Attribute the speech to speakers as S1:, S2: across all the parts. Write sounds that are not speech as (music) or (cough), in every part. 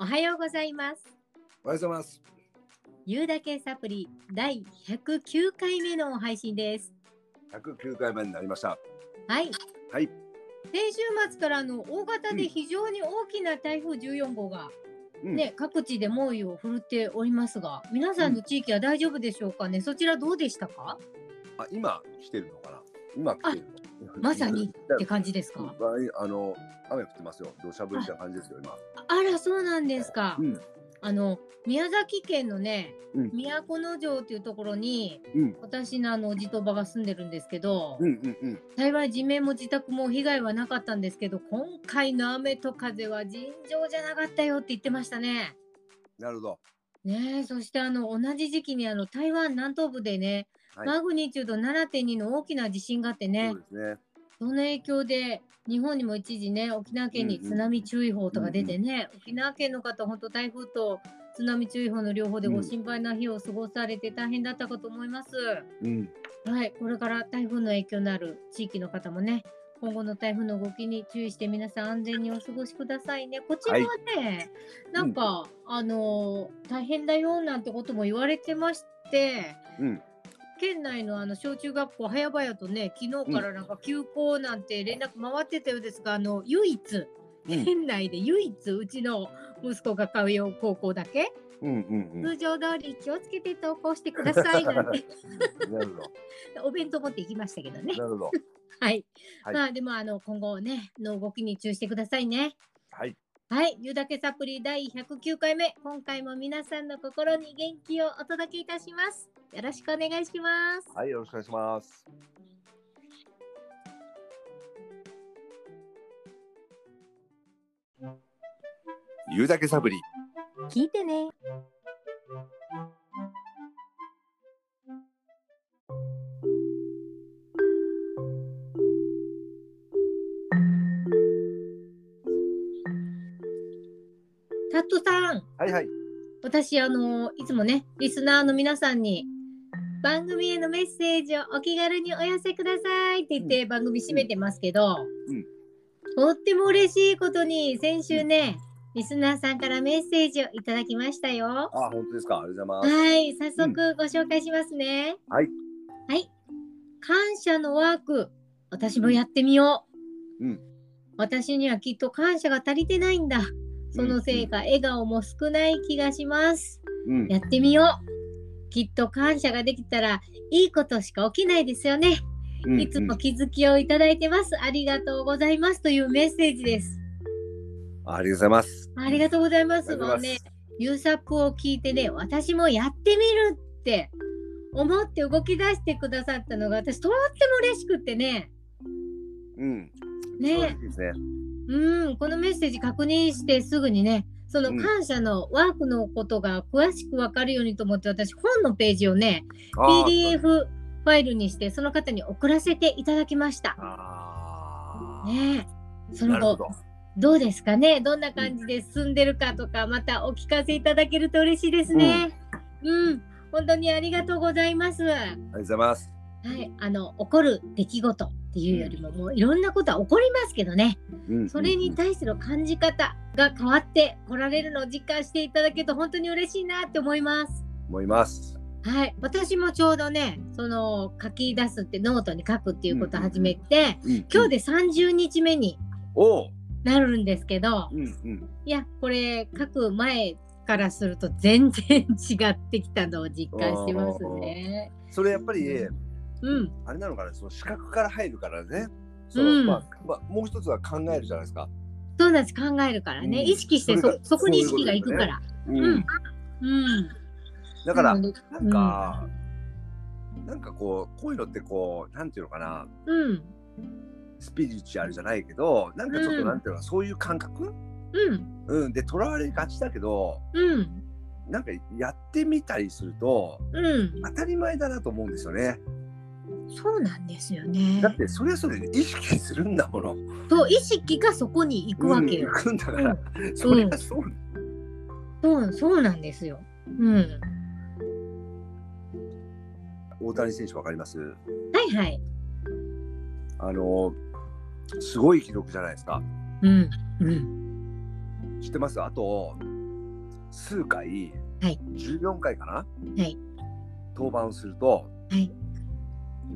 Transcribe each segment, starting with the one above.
S1: おはようございます
S2: おはようございます。
S1: ゆうだけサプリ第109回目の配信です
S2: 109回目になりました。
S1: はい
S2: はい。
S1: 先週末からの大型で非常に大きな台風14号が、
S2: うん
S1: ね各地で猛威を振るっておりますが皆さんの地域は大丈夫でしょうかね、そちらどうでしたか
S2: あ、今来てるのかな。今来てるの。
S1: まさに
S2: だ
S1: って感じです
S2: うん
S1: か
S2: あの雨降ってますよ。土砂降りみたいな感じですよ今。
S1: あらそうなんですか、
S2: うん
S1: あの宮崎県のね、
S2: うん
S1: 都城というところに
S2: うん
S1: 私のあのおじとおばが住んでるんですけど、
S2: うんうんうん。
S1: 幸い地面も自宅も被害はなかったんですけど今回の雨と風は尋常じゃなかったよって言ってましたね。
S2: なるほど。
S1: ねえそしてあの同じ時期にあの台湾南東部でね、
S2: はい
S1: マグニチュード7.2の大きな地震があってね
S2: そうですね。
S1: その影響で日本にも一時ね沖縄県に
S2: うんうん
S1: 津波注意報とか出てね、沖縄県の方本当台風と津波注意報の両方で
S2: うん
S1: ご心配な日を過ごされて大変だったかと思います。
S2: うん。
S1: はい、これから台風の影響のある地域の方もね、今後の台風の動きに注意して皆さん安全にお過ごしくださいね。こちらはね、なんか、あのー大変だよなんてことも言われてまして、
S2: うん。
S1: 県内のあの小中学校早々とね、昨日からなんか休校なんて連絡回ってたようですが、あの唯一
S2: うん
S1: 県内で唯一うちの息子が通う高校だけ、
S2: うん
S1: (laughs)
S2: うんうん。
S1: 通常通り気をつけて登校してくださいなん
S2: (laughs)
S1: て
S2: なるほど。
S1: お弁当持って行きましたけどね
S2: な。るほど。
S1: はい。
S2: はい
S1: まあでもあの今後ねの動きに注意してくださいね。
S2: はい。
S1: はい、ゆうだけサプリ第109回目、今回も皆さんの心に元気をお届けいたします。よろしくお願いします。
S2: はい。よろしくお願いします。ゆうだけサブリ。
S1: 聞いてね。タットさん。
S2: はいはい。
S1: 私あのいつもねリスナーの皆さんに番組へのメッセージをお気軽にお寄せくださいって言って番組締めてますけど、
S2: うん
S1: とっても嬉しいことに先週ね、リスナーさんからメッセージをいただきましたよ。
S2: あ、本当ですか。ありがとうございます。
S1: はい、早速ご紹介しますね。
S2: はい。
S1: はい。感謝のワーク、私もやってみよう。
S2: うん
S1: 私にはきっと感謝が足りてないんだ。そのせいか、笑顔も少ない気がします。
S2: うん。
S1: やってみよう。きっと感謝ができたら、いいことしか起きないですよね。
S2: うん
S1: いつも気づきをいただいてます。ありがとうございます。というメッセージです。
S2: ありがとうございます。
S1: ありがとうございま
S2: あ
S1: す。
S2: りがとう
S1: もう
S2: ござい
S1: ね
S2: ます。、
S1: ユーサップを聞いてね、私もやってみるって思って動き出してくださったのが、私とっても嬉しくってね。
S2: うん。正
S1: ね
S2: 直、ですね。
S1: うん、このメッセージ確認してすぐにね、その感謝のワークのことが詳しくわかるようにと思って、私本のページをね、
S2: あー
S1: PDF ファイルにしてその方に送らせていただきました。
S2: あー
S1: ねえ、そ
S2: な
S1: の
S2: るほ
S1: 後
S2: ど。
S1: どうですかねどんな感じで進んでるかとかまたお聞かせいただけると嬉しいですね。うん、本当にありがとうございます。は
S2: ありがとうございます。
S1: い、あの起こる出来事っていうよりも、もういろんなことは起こりますけどね
S2: うん
S1: それに対する感じ方が変わってこられるのを実感していただけると本当に嬉しいなって思います。
S2: 思います。
S1: はい、私もちょうどねその書き出すってノートに書くっていうことを始めて、
S2: うん
S1: 今日で30日目に
S2: おう。
S1: なるんですけど、
S2: うんうん。
S1: いやこれ書く前からすると全然違ってきたのを実感してますね。
S2: それやっぱり
S1: うん、
S2: あれなのかな。その視覚から入るからね。そうの
S1: ん
S2: まあまあもう一つは考えるじゃないですか。
S1: そうなんです考えるからね、
S2: うん
S1: 意識して
S2: それ
S1: そ
S2: が
S1: そこに意識がいくから。
S2: う
S1: うん。うん、
S2: だから
S1: な
S2: な
S1: ので
S2: んかなんかこうこういうのってこうなんていうのかな。
S1: うん
S2: スピリチュアルじゃないけど、なんかちょっ
S1: う
S2: と
S1: ん
S2: なんていうのかなそういう感覚。
S1: うん
S2: うん。でとらわれがちだけど、
S1: うん
S2: なんかやってみたりすると
S1: うん
S2: 当たり前だなと思うんですよね。
S1: そうなんですよね
S2: だ。ってそれはそれで意識するんだもの。
S1: そう意識がそこに行くわけよ。
S2: うん行くんだから、そりゃそうだ
S1: そう、そうなんですよ。うん。は
S2: 大谷選手わかります
S1: いはい。
S2: あのすごい記録じゃないですか
S1: うん。うん。
S2: 知ってますあと数回、
S1: はい
S2: 14回かな、
S1: はい
S2: 登板をすると
S1: はい。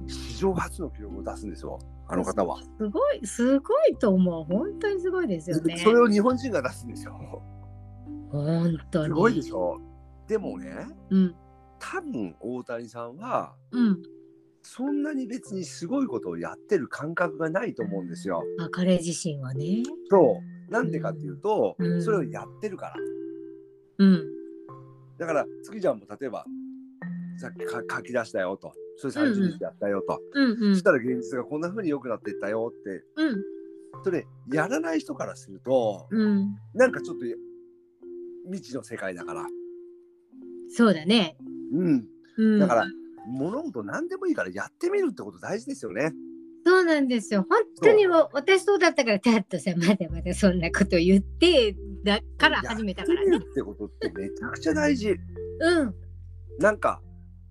S2: 史上初の記録を出すんですよあの方は、
S1: すごい、すごいと思う。本当にすごいですよね。
S2: それを日本人が出すんですよ
S1: 本当に。
S2: すごいでしょでもね
S1: うん。
S2: 多分大谷さんは
S1: うん。
S2: そんなに別にすごいことをやってる感覚がないと思うんですよ。
S1: あ、彼自身はね。
S2: そうなんでかっていうと、
S1: うん
S2: それをやってるから
S1: うん。
S2: だから月ちゃんも例えばさっきか書き出したよとそれ
S1: うんうん
S2: 30日やったよと、
S1: うんう
S2: そ
S1: ん
S2: し。たら現実がこんな風に良くなっていったよって
S1: うん。
S2: それやらない人からすると
S1: うん。
S2: なんかちょっと未知の世界だから、
S1: そうだね。
S2: うん、
S1: うん。
S2: だから、物事何でもいいからやってみるってこと大事ですよね。
S1: そうなんですよ。本当にもう私そうだったから、ちゃんとさ、まだまだそんなこと言って、だから始めたから
S2: やっ
S1: ね
S2: て。みるってことってめちゃくちゃ大事。
S1: うん。
S2: なんか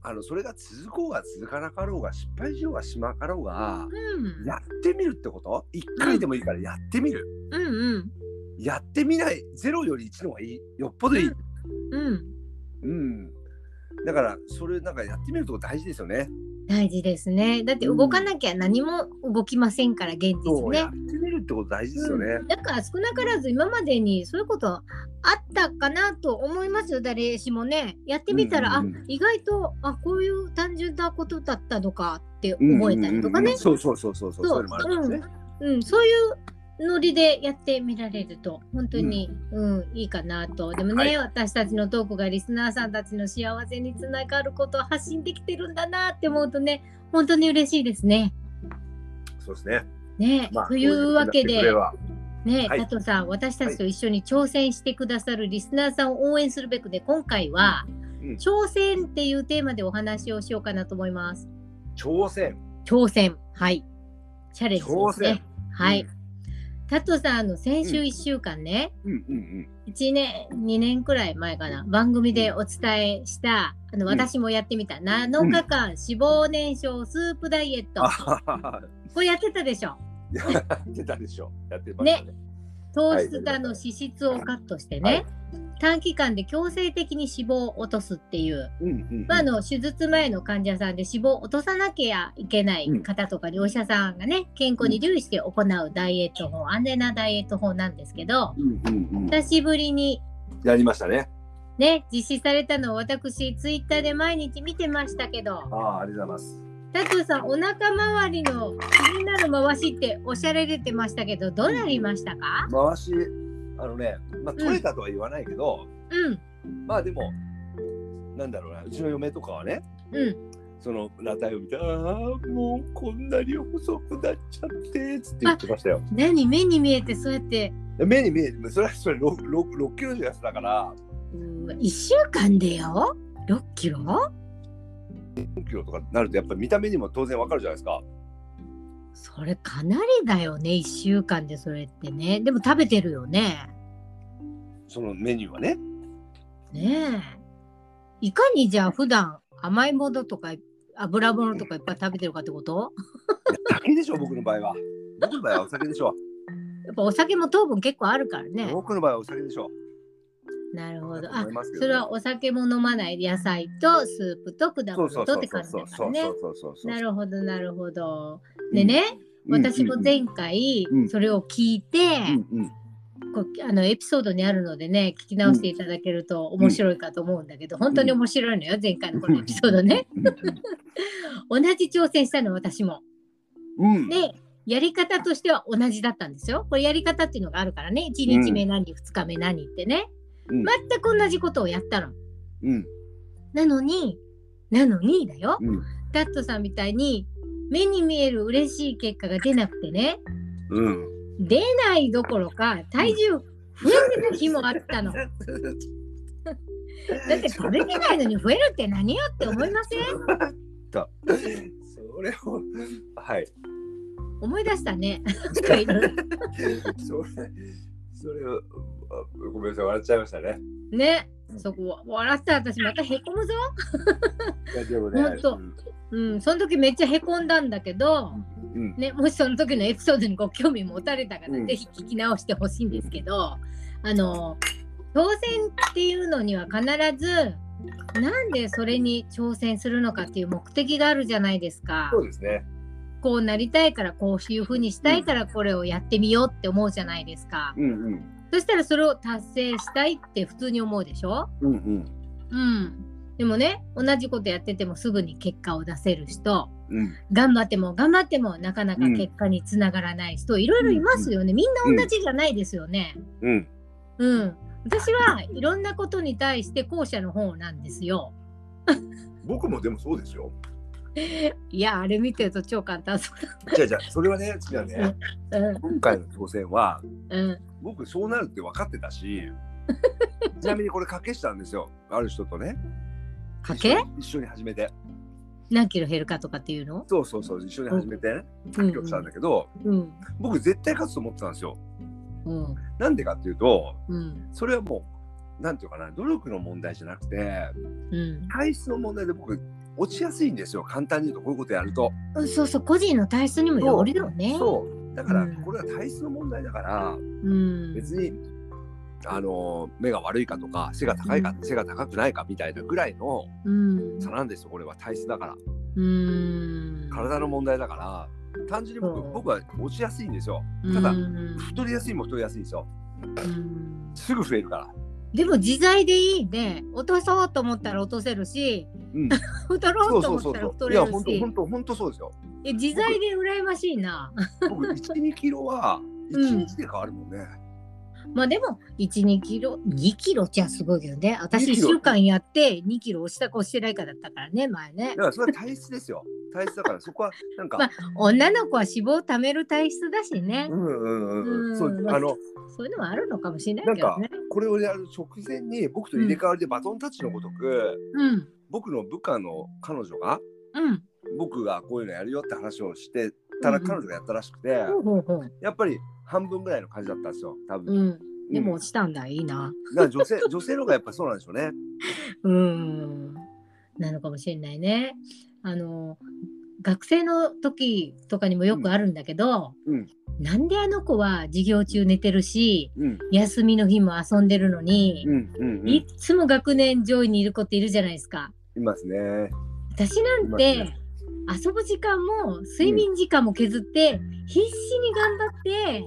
S2: あのそれが続こうが続かなかろうが失敗しようがしまかろうが、
S1: うん。
S2: やってみるってこと一回でもいいからやってみる、
S1: うん
S2: やってみないゼロより1の方がいいよっぽどいい、
S1: うん。うん。
S2: うんだからそれなんかやってみるってこと大事ですよね
S1: 大事ですね。だって動かなきゃ何も動きませんから、現
S2: そ
S1: 実
S2: う
S1: ね
S2: やっ。てみるってこと大事ですよね、
S1: うんだから少なからず今までにそういうことあったかなと思いますよ誰しもねやってみたら、
S2: うんうんうん
S1: あ意外とあこういう単純なことだったのかって
S2: うんうんうん
S1: 思えたりとかね、
S2: そうそうそうそうそう
S1: そう
S2: それもあるんですね、
S1: うんそういうノリでやってみられると本当に、うんいいかなとでもね、
S2: はい
S1: 私たちのトークがリスナーさんたちの幸せにつながることを発信できてるんだなって思うとね本当に嬉しいですね。
S2: そうですね
S1: ね、というわけで。
S2: こういうふうになってくれば
S1: ね、
S2: はい
S1: 佐藤さん、私たちと一緒に挑戦してくださるリスナーさんを応援するべくで、今回は、
S2: うん
S1: 挑戦っていうテーマでお話をしようかなと思います。
S2: 挑戦
S1: 挑戦、はい。チャレンジです
S2: 挑
S1: ね
S2: 戦。
S1: はい。
S2: うん
S1: 佐藤さん、あの先週
S2: うん
S1: 1週間ね、
S2: うんうんうん (laughs)
S1: 1年、2年くらい前かな、番組でお伝えした、あの
S2: ん
S1: 私もやってみた、7日間脂肪燃焼スープダイエット
S2: あ。ははは
S1: これやってたでしょ。
S2: やってたでしょやってましたね
S1: 糖質だの脂質をカットしてね、
S2: はい
S1: 短期間で強制的に脂肪を落とすっていう、
S2: うんうんうん
S1: まあ、あの手術前の患者さんで脂肪を落とさなきゃいけない方とかにお医者さんがね健康に留意して行うダイエット法安全なダイエット法なんですけど
S2: うんうんうん
S1: 久しぶりに
S2: やりましたね。
S1: ね実施されたのを私ツイッターで毎日見てましたけど
S2: ああ、ありがとうございます。
S1: 佐藤さんお腹周りの気になる回しっておしゃれ出てましたけどどうなりましたか
S2: 回し、あのね、まあ、取れたとは言わないけど、
S1: うん
S2: まあでも、なんだろうな、うちの嫁とかはね、
S1: うん
S2: その裸体を見て、ああ、もうこんなに細くなっちゃって、つって言ってましたよ。
S1: 何目に見えてそうやって
S2: 目に見えて、それはそれ 6, 6キロのやつだから、
S1: う1週間でよ6キロ
S2: 4キロとかなると、やっぱり見た目にも当然わかるじゃないですか。
S1: それかなりだよね1週間でそれってねでも食べてるよね
S2: そのメニューはね。
S1: ねえいかにじゃあ普段甘いものとか油物とかいっぱい食べてるかってこと
S2: いや酒でしょ、僕の場合は。僕の場合はお酒でしょ。
S1: やっぱお酒も糖分結構あるからね
S2: 僕の場合はお酒でしょ。
S1: なるほ
S2: だ
S1: ど
S2: と
S1: あ
S2: 思いますけ
S1: そ
S2: ど
S1: れ
S2: ね
S1: はお酒も飲まない野菜とスープと果
S2: そう
S1: 物
S2: そう
S1: と
S2: そ
S1: っ
S2: う
S1: て
S2: そ
S1: 感
S2: う
S1: じ
S2: そ
S1: だ
S2: う
S1: か
S2: そ
S1: ら
S2: う
S1: ね
S2: そうそうそう。
S1: なるほどなるほどでね、私も
S2: うん
S1: 前回
S2: うん
S1: それを聞いて、
S2: うんうん
S1: こうあのエピソードにあるのでね聞き直していただけると面白いかと思うんだけど、本当に面白いのよ前回のこのエピソードね。
S2: うんうん
S1: 同じ挑戦したの私も。
S2: うん、
S1: でやり方としては同じだったんですよ。これやり方っていうのがあるからね1日目何、2日目何ってね
S2: うん
S1: 全く同じことをやったの。
S2: うん、
S1: なのになのにだよ、
S2: うん、
S1: ダットさんみたいに目に見える嬉しい結果が出なくてね
S2: うん。
S1: 出ないどころか体重増えてる日もあったの。だって食べてないのに増えるって何よって思いません
S2: それを、はい。
S1: 思い出した
S2: (laughs)
S1: ね。とか言う
S2: それ、それを、あごめんなさい、笑っちゃいましたね。
S1: ね、そこ笑った私またへこむぞ。
S2: いやでもね
S1: ほんと
S2: うん
S1: うん、その時めっちゃへこんだんだけど、
S2: うん、
S1: ね、もしその時のエピソードにご興味持たれた方、
S2: うん
S1: ぜひ聞き直してほしいんですけど、あの、挑戦っていうのには必ずなんでそれに挑戦するのかっていう目的があるじゃないですか
S2: そ。うですね。
S1: こうなりたいからこういうふうにしたいからこれをやってみようって思うじゃないですか。
S2: うんうん。
S1: そしたらそれを達成したいって普通に思うでしょ
S2: うんうん。
S1: うん。でもね同じことやっててもすぐに結果を出せる人
S2: うん。
S1: 頑張っても頑張ってもなかなか結果につながらない人、いろいろいますよねみんな同じじゃないですよね。
S2: うん。
S1: うん。私はいろんなことに対して後者の方なんですよ。
S2: 僕もでもそうですよ。
S1: いやあれ見てると超簡単そ
S2: じゃじゃそれはね、違うね。
S1: う。うん
S2: 今回の挑戦は、
S1: うん
S2: 僕そうなるって分かってたし、ちなみにこれ賭けしたんですよ。ある人とね。
S1: 賭け
S2: 一緒に一緒に始めて。
S1: 何キロ減るかとかっていうの
S2: そうそうそう、一緒に始めてね。
S1: うん
S2: 賭けをしたんだけど、
S1: うん
S2: 僕絶対勝つと思ってたんですよ。
S1: うん
S2: なんでかっていうと、
S1: うん
S2: それはもう、なんていうかな、努力の問題じゃなくて、
S1: うん
S2: 体質の問題で僕、落ちやすいんですよ。簡単に言うと、こういうことやると。
S1: うんそうそう個人の体質にもよるよね。
S2: そう。だから、
S1: うん
S2: これは体質の問題だから、
S1: うん
S2: 別に、あの目が悪いかとか背が高いか、
S1: うん
S2: 背が高くないかみたいなぐらいの
S1: うん
S2: 差なんですよこれは体質だから
S1: うん
S2: 体の問題だから単純に僕,、
S1: そう
S2: 僕は落ちやすいんですよただ
S1: うん
S2: 太りやすいも太りやすいんですよ
S1: うん
S2: すぐ増えるから
S1: でも自在でいいね落とそうと思ったら落とせるし
S2: うん
S1: 太ろ
S2: そう
S1: と
S2: うそう
S1: 思
S2: そ
S1: ったら
S2: うそ
S1: 太
S2: うい
S1: れ
S2: や
S1: る
S2: 本当
S1: し
S2: 本当本当そうですよ
S1: え自在で羨ましいな。
S2: 僕12キ
S1: (laughs)
S2: ロは1日で変わるもんね、
S1: まあでも12キロ2キロじゃすごいよね私1
S2: 2キロ
S1: 週間やって2キロ押したか押してないかだったからね前ね
S2: だからそれは体質ですよ体質だからそこはなんか、
S1: まあ女の子は脂肪を貯める体質だしね
S2: うんうんうん、う、
S1: うんん
S2: そうあの
S1: そういうのはあるのかもしれないけどね
S2: これをやる直前に僕と入れ替わりでバトンタッチのごとく、
S1: うん
S2: 僕の部下の彼女が
S1: うん
S2: 僕がこういうのやるよって話をしてたら
S1: うん
S2: 彼女がやったらしくて、
S1: ほうほうほう
S2: やっぱり半分ぐらいの感じだったんですよ多分、
S1: うんでも
S2: うん
S1: 落ちたんだいいな
S2: だから女性女性の方がやっぱそうなんでしょうね
S1: うんなのかもしれないねあの学生の時とかにもよくあるんだけど、
S2: うんうん
S1: なんであの子は授業中寝てるし
S2: うん
S1: 休みの日も遊んでるのに、
S2: うんうん、うん、
S1: い
S2: い
S1: っつも学年上位にいる子っているじゃないですか。
S2: ますね
S1: 私なん
S2: いま
S1: て
S2: す
S1: 遊ぶ時間も睡眠時間も削って必死に頑張って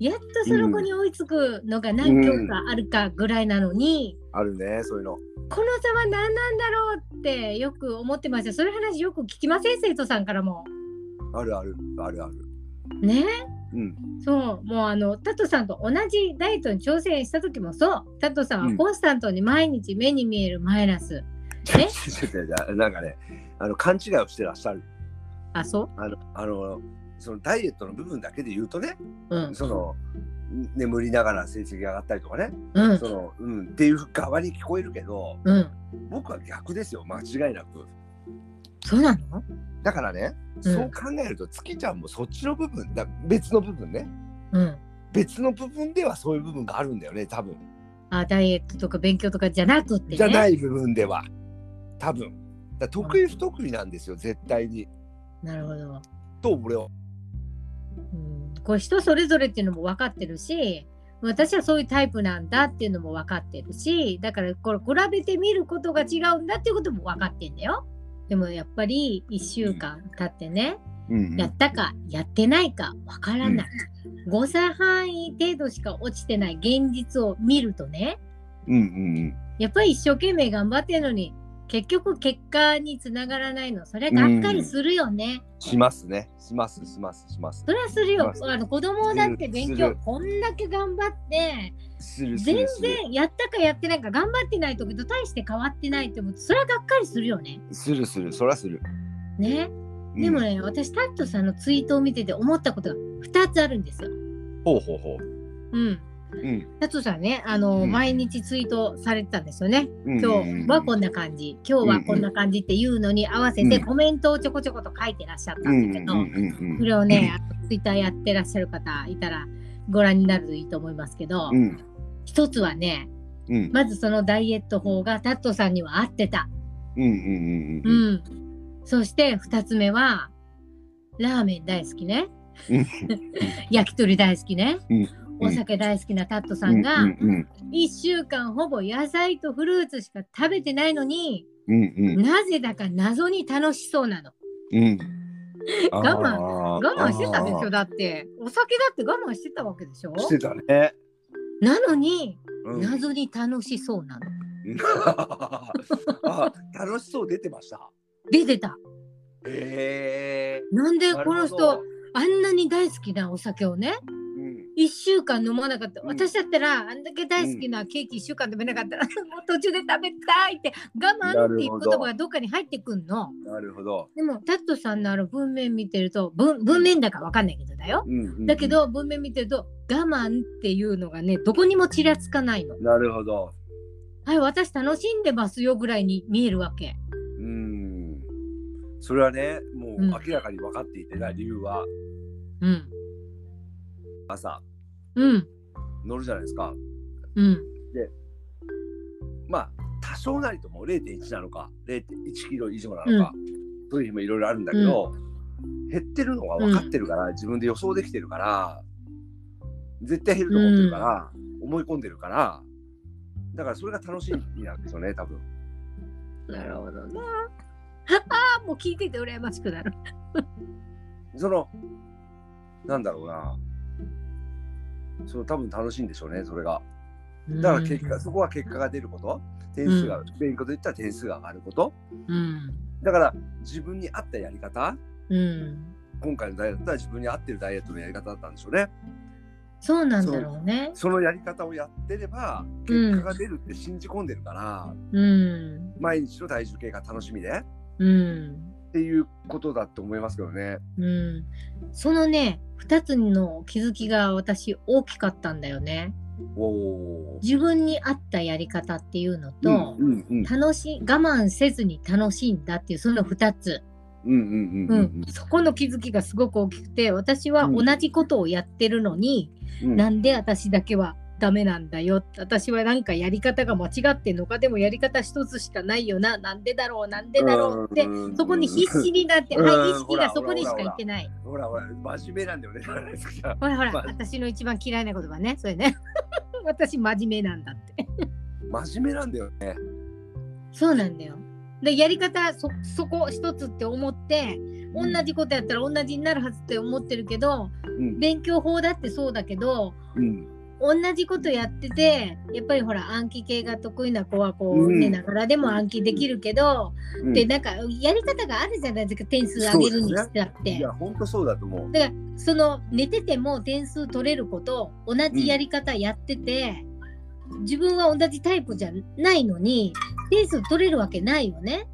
S1: やっとその子に追いつくのが何教かあるかぐらいなのに、
S2: あるねそういうの
S1: この差は何なんだろうってよく思ってましたそういう話よく聞きません生徒さんからも。
S2: あるあるあるある
S1: ね
S2: うん
S1: そうもうあのタトさんと同じダイエットに挑戦した時もそうタトさんはコンスタントに毎日目に見えるマイナス、え
S2: (laughs) ちょっとじゃあなんかねあの勘違いをしてらっしゃる
S1: あそ
S2: あのあのそのダイエットの部分だけで言うとね
S1: ううん
S2: その眠りながら成績が上がったりとかね、
S1: うん
S2: そのうん、っていう側に聞こえるけど
S1: うん
S2: 僕は逆ですよ間違いなく
S1: そうなの
S2: だからね、
S1: うん
S2: そう考えると月ちゃんもそっちの部分だ別の部分ね
S1: うん
S2: 別の部分ではそういう部分があるんだよね多分
S1: あダイエットとか勉強とかじゃなくってね。。
S2: じゃないい部分では多分だから得意不得意なんですよ絶対に
S1: なるほど。
S2: と俺は
S1: うん、こう人それぞれっていうのも分かってるし私はそういうタイプなんだっていうのも分かってるしだからこれ比べてみることが違うんだっていうことも分かってんだよ。でもやっぱり1週間経ってね、
S2: うん
S1: やったかやってないか分からない、誤差範囲程度しか落ちてない現実を見るとね
S2: うんうん
S1: やっぱり一生懸命頑張ってるのに結局結果につながらないのそれはがっかりするよね。
S2: しますねしますしますします
S1: それはするよ。
S2: ま
S1: あの子供だって勉強
S2: する
S1: こんだけ頑張って
S2: するす
S1: 全
S2: るする
S1: 然やったかやってないか頑張ってない時と大して変わってないって思ってそれはがっかりするよね。
S2: するするそらする、
S1: ね。
S2: うん
S1: でもね、私タットさんのツイートを見てて思ったことが2つあるんですよ。
S2: ほうほうほう
S1: うん。
S2: うん
S1: タットさんね、あの、
S2: うん
S1: 毎日ツイートされてたんですよね。
S2: うん
S1: 今日はこん
S2: な
S1: な感じ、今日はこんな感じっていうのに合わせて
S2: うん
S1: コメントをちょこちょこと書いてらっしゃった
S2: うんん
S1: だけ
S2: うん
S1: ど
S2: う、ん
S1: それをね、ツイッターやってらっしゃる方いたらご覧になるといいと思いますけど
S2: う、ん
S1: 一つはね、
S2: うんうん
S1: まずそのダイエット法がタットさんには合ってた。
S2: うんうん
S1: う
S2: うん
S1: ん。そして二つ目は、ラーメン大好きね
S2: うん。
S1: 焼き鳥大好きね
S2: うん。
S1: お酒大好きなタットさんが、
S2: うんうん
S1: 1週間ほぼ野菜とフルーツしか食べてないのに、
S2: うんうん
S1: なぜだか謎に楽しそうなの。
S2: うん
S1: 我慢
S2: 慢
S1: 我慢してたんですよ、だって。お酒だって我慢してたわけでしょ
S2: してたね。
S1: なのに、
S2: うん
S1: 謎に楽しそうなの。
S2: (laughs) あ楽しそう出てました。
S1: 出てた。
S2: へえ。
S1: なんでこの
S2: なるほ
S1: 人
S2: ど、
S1: あんなに大好きなお酒をね、
S2: うん
S1: 1週間飲まなかった。
S2: うん
S1: 私だったら、あんだけ大好きなケーキ1週間食べなかったら、 (laughs) もう途中で食べたいって、我慢っていう言葉がどっかに入ってくんの。
S2: なるほど。
S1: でも、タットさんのあの文面見てると、文文面だかわかんないけどだよ。
S2: うんうんうん
S1: だけ。ど、文面見てると、我慢っていうのがね、どこにもちらつかないの。
S2: なるほど。
S1: はい、私楽しんでますよぐらいに見えるわけ。
S2: うん。それはね、もう
S1: うん
S2: 明らかに分かっていてない理由は
S1: うん。
S2: 朝
S1: うん。
S2: 乗るじゃないですか。
S1: うん。
S2: まあ多少なりとも0.1なのか0.1キロ以上なのか、そういう日もいろいろあるんだけど、減ってるのは分かってるから、自分で予想できてるから絶対減ると思ってるから、思い込んでるからだからそれが楽しみなんですよね多分。
S1: なるほど (laughs) な。あーもう聞いてて羨ましくなる。
S2: そのなんだろうなその多分楽しいんでしょうねそれが。だから結果、そこは結果が出ること点数が、勉強といったら点数が上がること
S1: うん。
S2: だから自分に合ったやり方
S1: うん。
S2: 今回のダイエットは自分に合ってるダイエットのやり方だったんでしょうね。
S1: そうなんだろうね。
S2: そのやり方をやってれば結果が出るって信じ込んでるから、
S1: うん。
S2: 毎日の体重計が楽しみで
S1: うん。
S2: っていうことだと思いますけどね。
S1: うん。そのね、二つの気づきが私大きかったんだよね。
S2: おおー。
S1: 自分に合ったやり方っていうの
S2: う
S1: と、
S2: んうんうん
S1: 楽しい我慢せずに楽しいんだっていうその2つ、
S2: うんうん
S1: う
S2: うんん
S1: そこの気づきがすごく大きくて私は同じことをやってるのに、
S2: うん
S1: なんで私だけはダメなんだよ私はなんかやり方が間違ってんのかでもやり方一つしかないよななんでだろうなんでだろうって
S2: うん
S1: そこに必死になって、
S2: うん
S1: はい、意
S2: ほ
S1: 識
S2: ら
S1: がそこにしかいってない。
S2: ほらほら真面目なんだよね。 (laughs)
S1: ほらほら、
S2: まあ
S1: 私の一番嫌いな言葉ね、それね。 (laughs) 私真面目なんだって。
S2: 真面目なんだよね。
S1: そうなんだよ。でやり方そそこ一つって思って同じことやったら同じになるはずって思ってるけど
S2: うん
S1: 勉強法だってそうだけど
S2: うん
S1: 同じことやっててやっぱりほら暗記系が得意な子はこう、
S2: うん
S1: 寝ながらでも暗記できるけど、
S2: うん
S1: でなんかやり方があるじゃないですか点数上げるにしたって。
S2: いや本当そうだと思う。
S1: だからその寝てても点数取れること同じやり方やってて、自分は同じタイプじゃないのに点数取れるわけないよね。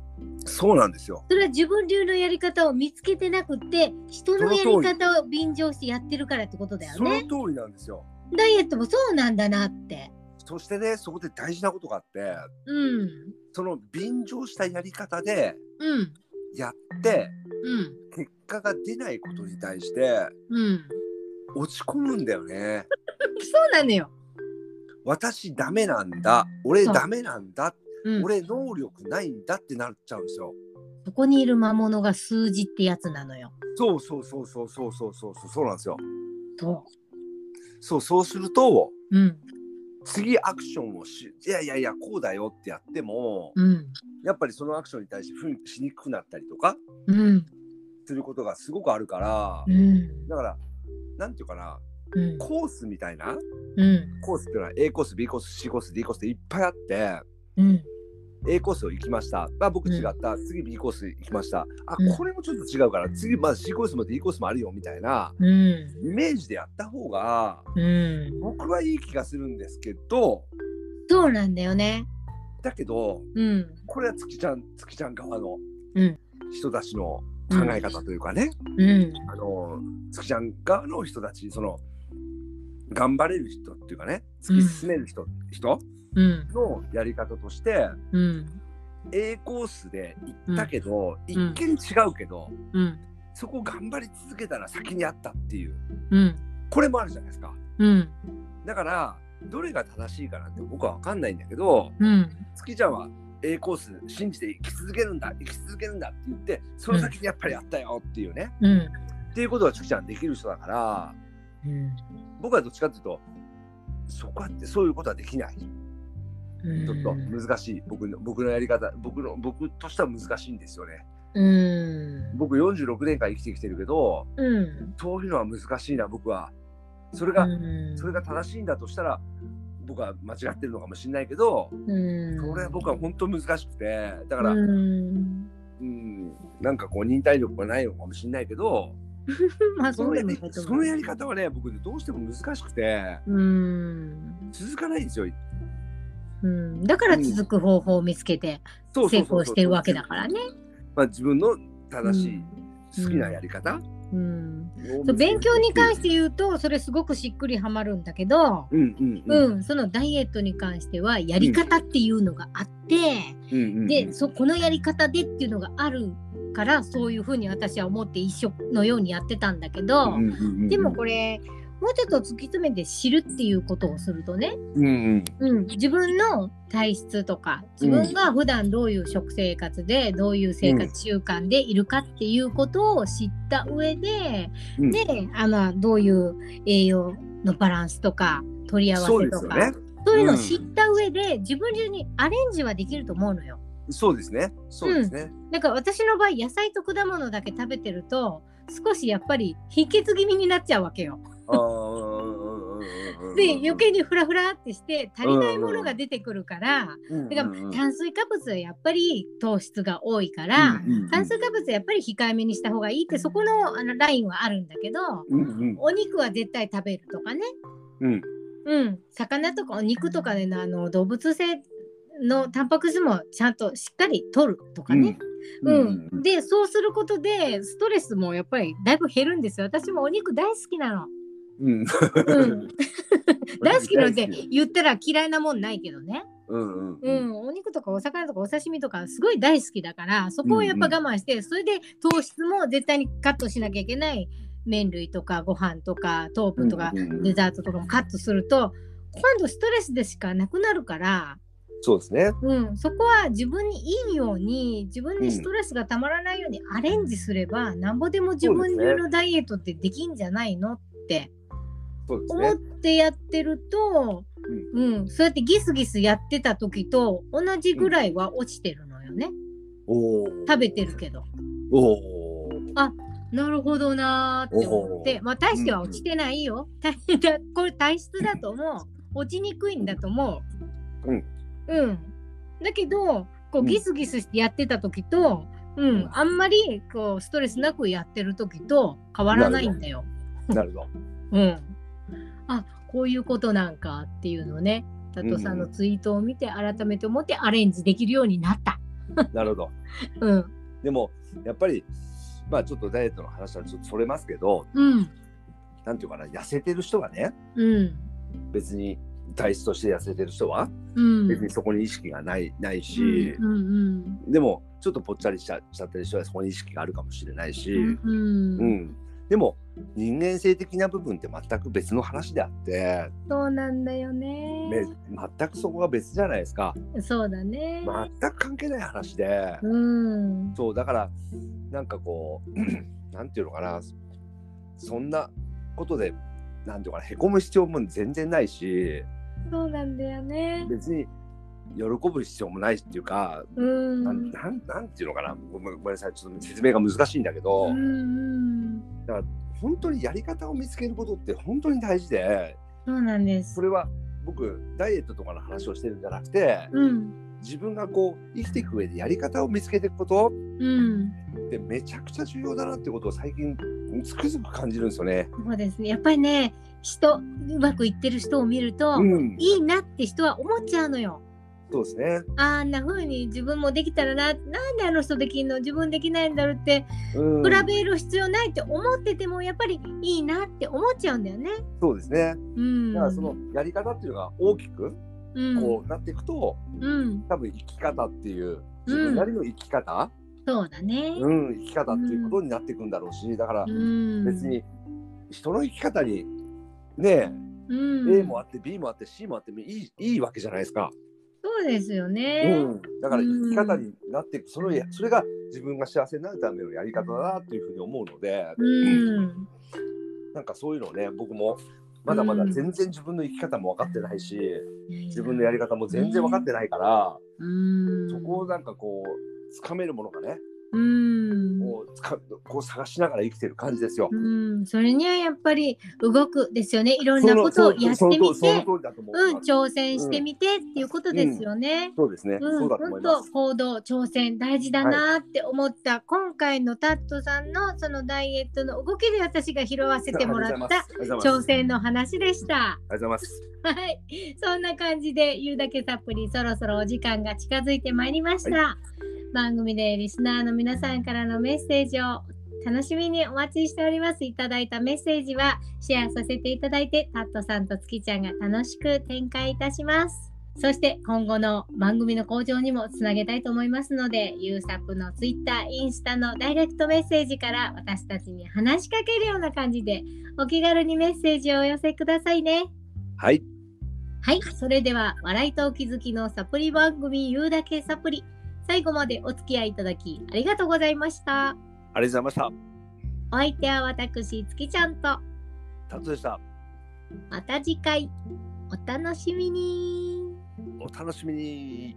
S2: そうなんですよ。
S1: それは自分流のやり方を見つけてなくって人のやり方を便乗してやってるからってことだよ
S2: その
S1: ね。
S2: 通りなんですよ。
S1: ダイエットもそうなんだなって。
S2: そしてねそこで大事なことがあって
S1: うん
S2: その便乗したやり方で
S1: うん
S2: やって
S1: うん
S2: 結果が出ないことに対して
S1: うん。
S2: 落ち込むんだよね。
S1: そうなのよ。
S2: 私ダメなんだ俺
S1: そう
S2: ダメなんだ
S1: うん、
S2: 俺能力ないんだってなっちゃうんですよ。
S1: そこにいる魔物が数字ってやつなのよ。
S2: そうそうそうそうそうそうそうそうそうなんですよ。
S1: そ
S2: そうそうすると
S1: う。うん
S2: 次アクションをしいやいやいやこうだよってやっても
S1: うん
S2: やっぱりそのアクションに対して奮起しにくくなったりとか
S1: うん
S2: することがすごくあるから
S1: うん
S2: だからなんていうかな
S1: うん
S2: コースみたいな
S1: うん
S2: コースっていうのは A コース B コース C コース D コースっていっぱいあって。
S1: うん。
S2: A コースを行きました。あ、僕
S1: うん
S2: 違った。次 B コース行きました。あ
S1: うん、
S2: これもちょっと違うから、次まあ C コースも D コースもあるよみたいな
S1: うん
S2: イメージでやった方が、
S1: うん、
S2: 僕はいい気がするんですけど、
S1: そうなんだよね。
S2: だけど、
S1: うん、
S2: これは月ちゃん、月ちゃん側の
S1: うん
S2: 人たちの考え方というかね、
S1: うん、
S2: あの、月ちゃん側の人たち、その、頑張れる人っていうかね、突き進める人、人
S1: うん、
S2: のやり方として、
S1: うん、
S2: A コースで行ったけど、
S1: ん
S2: 一見違うけど、
S1: うん、
S2: そこを頑張り続けたら先にあったっていう
S1: うん、
S2: これもあるじゃないですか
S1: うん、
S2: だからどれが正しいかなんて僕は分かんないんだけど
S1: うん、
S2: 月ちゃんは A コース信じて生き続けるんだ生き続けるんだって言ってその先にやっぱりやったよっていうね、
S1: うん、
S2: っていうことは月ちゃんできる人だから僕はどっちかっていうとそこはってそういうことはできないちょっと難しい僕の僕のやり方僕の僕としては難しいんですよね。
S1: うん。
S2: 僕46年間生きてきてるけど
S1: うん。
S2: そういうのは難しいな僕は。それが、
S1: うん
S2: それが正しいんだとしたら僕は間違ってるのかもしれないけど
S1: うん。
S2: それは僕は本当難しくてだから、
S1: うん。
S2: うん、なんかこう忍耐力がないのかもしれないけど
S1: まあ、
S2: そ
S1: そう
S2: の
S1: で
S2: や
S1: も
S2: り
S1: ないと
S2: そ
S1: 思う
S2: のやり方はね僕どうしても難しくて
S1: うん。
S2: 続かないんですよ。
S1: うん。だから続く方法を見つけて
S2: そうそう
S1: 成
S2: そう
S1: 功
S2: そう
S1: してるわけだからね。
S2: まあ、自分の正しい
S1: うん
S2: 好きなやり方を
S1: うん。
S2: 見つける
S1: そう勉強に関して言うとそれすごくしっくりはまるんだけど、
S2: うんうん
S1: う
S2: うん
S1: んそのダイエットに関してはやり方っていうのがあって、
S2: うんうんうん
S1: でそこのやり方でっていうのがあるからそういうふうに私は思って一緒のようにやってたんだけど、
S2: うんうんうん
S1: でもこれもうちょっと突き詰めて知るっていうことをするとね、
S2: うんうん
S1: うん、自分の体質とか自分が普段どういう食生活でどういう生活習慣でいるかっていうことを知った上で、
S2: うん
S1: であのどういう栄養のバランスとか取り合わ
S2: そう
S1: せ
S2: で
S1: と
S2: すよ
S1: か
S2: ね
S1: そういうのを知った上で、自分中にアレンジはできると思うのよ。
S2: そうですねそうですね、
S1: なんか私の場合野菜と果物だけ食べてると少しやっぱり貧血気味になっちゃうわけよ。
S2: あーうんうんうんうんう
S1: (laughs)
S2: ん
S1: で余計にフラフラってして足りないものが出てくるから、
S2: うんうん
S1: だか
S2: うん
S1: ら炭水化物はやっぱり糖質が多いから、
S2: うんうんうん
S1: 炭水化物はやっぱり控えめにした方がいいってそこのあのラインはあるんだけど
S2: うんうん
S1: お肉は絶対食べるとかね、
S2: うん
S1: うん、魚とかお肉とかでのあの動物性のタンパク質もちゃんとしっかり取るとかね、
S2: う
S1: うんん
S2: うん
S1: でそうすることでストレスもやっぱりだいぶ減るんですよ私もお肉大好きなの、
S2: うん
S1: うん
S2: (laughs)
S1: (laughs) 大好きなんて
S2: 大好き
S1: 言ったら嫌いなもんないけどね
S2: うんうん
S1: う
S2: うん
S1: ん、お肉とかお魚とかお刺身とかすごい大好きだからそこをやっぱ我慢して、それで糖質も絶対にカットしなきゃいけない麺類とかご飯とか糖分とか
S2: うんうんうん
S1: デザートとかもカットすると今度ストレスでしかなくなるから、
S2: そうですね
S1: うん、そこは自分にいいように自分にストレスがたまらないようにアレンジすれば、なんぼでも自分流のダイエットってできんじゃないのって
S2: そうです
S1: 思
S2: ね
S1: ってやってると、うんそうやってギスギスやってた時と同じぐらいは落ちてるのよね、
S2: おー
S1: 食べてるけど
S2: おー
S1: なるほどなーって思ってまあ大しては落ちてないよ、大変だ (laughs) これ体質だと思う落ちにくいんだと思う
S2: うん、
S1: うん、だけどこ
S2: う
S1: うんギスギスしてやってた時と、うん、あんまりこうストレスなくやってる時と変わらないんだよ。
S2: なるほど
S1: うん、あこういうことなんかっていうのをね佐藤さん
S2: う
S1: の
S2: ん
S1: ツイートを見て改めて思ってアレンジできるようになった。
S2: なるほど
S1: うん、
S2: でもやっぱりまあちょっとダイエットの話はちょっとそれますけど
S1: うん、
S2: なんていうかな痩せてる人がね
S1: うん、
S2: 別に体質として痩せてる人は
S1: うん、
S2: 別にそこに意識がないないし、
S1: うん、うん、
S2: でもちょっとぽっちゃりしちゃしちゃってる人はそこに意識があるかもしれないし、うん
S1: うん、うん、
S2: でも人間性的な部分って全く別の話であって、
S1: そうなんだよ
S2: め
S1: ね。
S2: 全くそこが別じゃないですか
S1: そうだね。
S2: 全く関係ない話で、
S1: うん、
S2: そうだからなんかこう (clears throat) なんていうのかなそんなことでなんていうのかなへこむ必要も全然ないし
S1: そうなんだよね。
S2: 別に喜ぶ必要もないっていうか
S1: う
S2: なんん、なんなんていうのかなごめんごめんなさいちょっと説明が難しいんだけど、
S1: うん、うん、
S2: 本当にやり方を見つけることって本当に大事で
S1: そうなんです
S2: そ。れは僕ダイエットとかの話をしてるんじゃなくて
S1: うん、
S2: 自分がこう生きていく上でやり方を見つけていくこと
S1: うん、
S2: ってめちゃくちゃ重要だなってことを最近つくづく感じるんですよね。
S1: そうですね。やっぱりね、人うまくいってる人を見ると、
S2: うん、
S1: いいなって人は思っちゃうのよ。
S2: そうですね。
S1: あんな風に自分もできたらななんであの人できんの自分できないんだろうって
S2: うん、
S1: 比べる必要ないって思っててもやっぱりいいなって思っちゃうんだよね。
S2: そうですね。
S1: うん、
S2: だからそのやり方っていうのが大きく
S1: うん、
S2: こうなっていくと、
S1: うん、
S2: 多分生き方っていう自分なりの生き方、
S1: そうだね。
S2: うん、生き方っていうことになっていくんだろうし、だから
S1: うん、
S2: 別に人の生き方にね、
S1: うん、
S2: A もあって B もあって C もあってもいいいいわけじゃないですか、
S1: そうですよね。
S2: うん、だから生き方になっていくそのやそれが自分が幸せになるためのやり方だなというふうに思うので、
S1: うん、
S2: なんかそういうのをね僕もまだまだ全然自分の生き方も分かってないし、自分のやり方も全然分かってないから、
S1: うん、
S2: そこをなんかこうつかめるものがね
S1: うん、
S2: こうつかこう探しながら生きてる感じですよ。
S1: うん、それにはやっぱり動くですよね。いろん
S2: そ
S1: な
S2: の
S1: ことを
S2: そ
S1: やっ
S2: の
S1: て
S2: その
S1: み
S2: 通りその
S1: て
S2: 通、りだと思う。
S1: うん、挑戦してみてっていうことですよね。
S2: そうですね、
S1: う
S2: そ
S1: ん、
S2: うだと思
S1: 本
S2: いま
S1: 当
S2: す。
S1: 行動挑戦大事だなって思った、今回のタットさんのそのダイエットの動きで私が拾わせてもらった
S2: ありがとうございま
S1: 挑
S2: す。
S1: 戦の話でした。
S2: ありがとうございます。
S1: はい、そんな感じで言うだけサプリそろそろお時間が近づいてまいりました、番組でリスナーの皆さんからのメッセージを楽しみにお待ちしておりますいただいたメッセージはシェアさせていただいてタットさんと月ちゃんが楽しく展開いたしますそして今後の番組の向上にもつなげたいと思いますので、ユーサップのツイッター、インスタのダイレクトメッセージから私たちに話しかけるような感じでお気軽にメッセージをお寄せくださいね。
S2: はい、
S1: はい、それでは笑いとお気づきのサプリ番組「言うだけサプリ」最後までお付き合いいただきありがとうございました。
S2: ありがとうございまし
S1: お相手は私月ちゃんと
S2: た。タツでした。
S1: また次回お楽しみに。
S2: お楽しみに。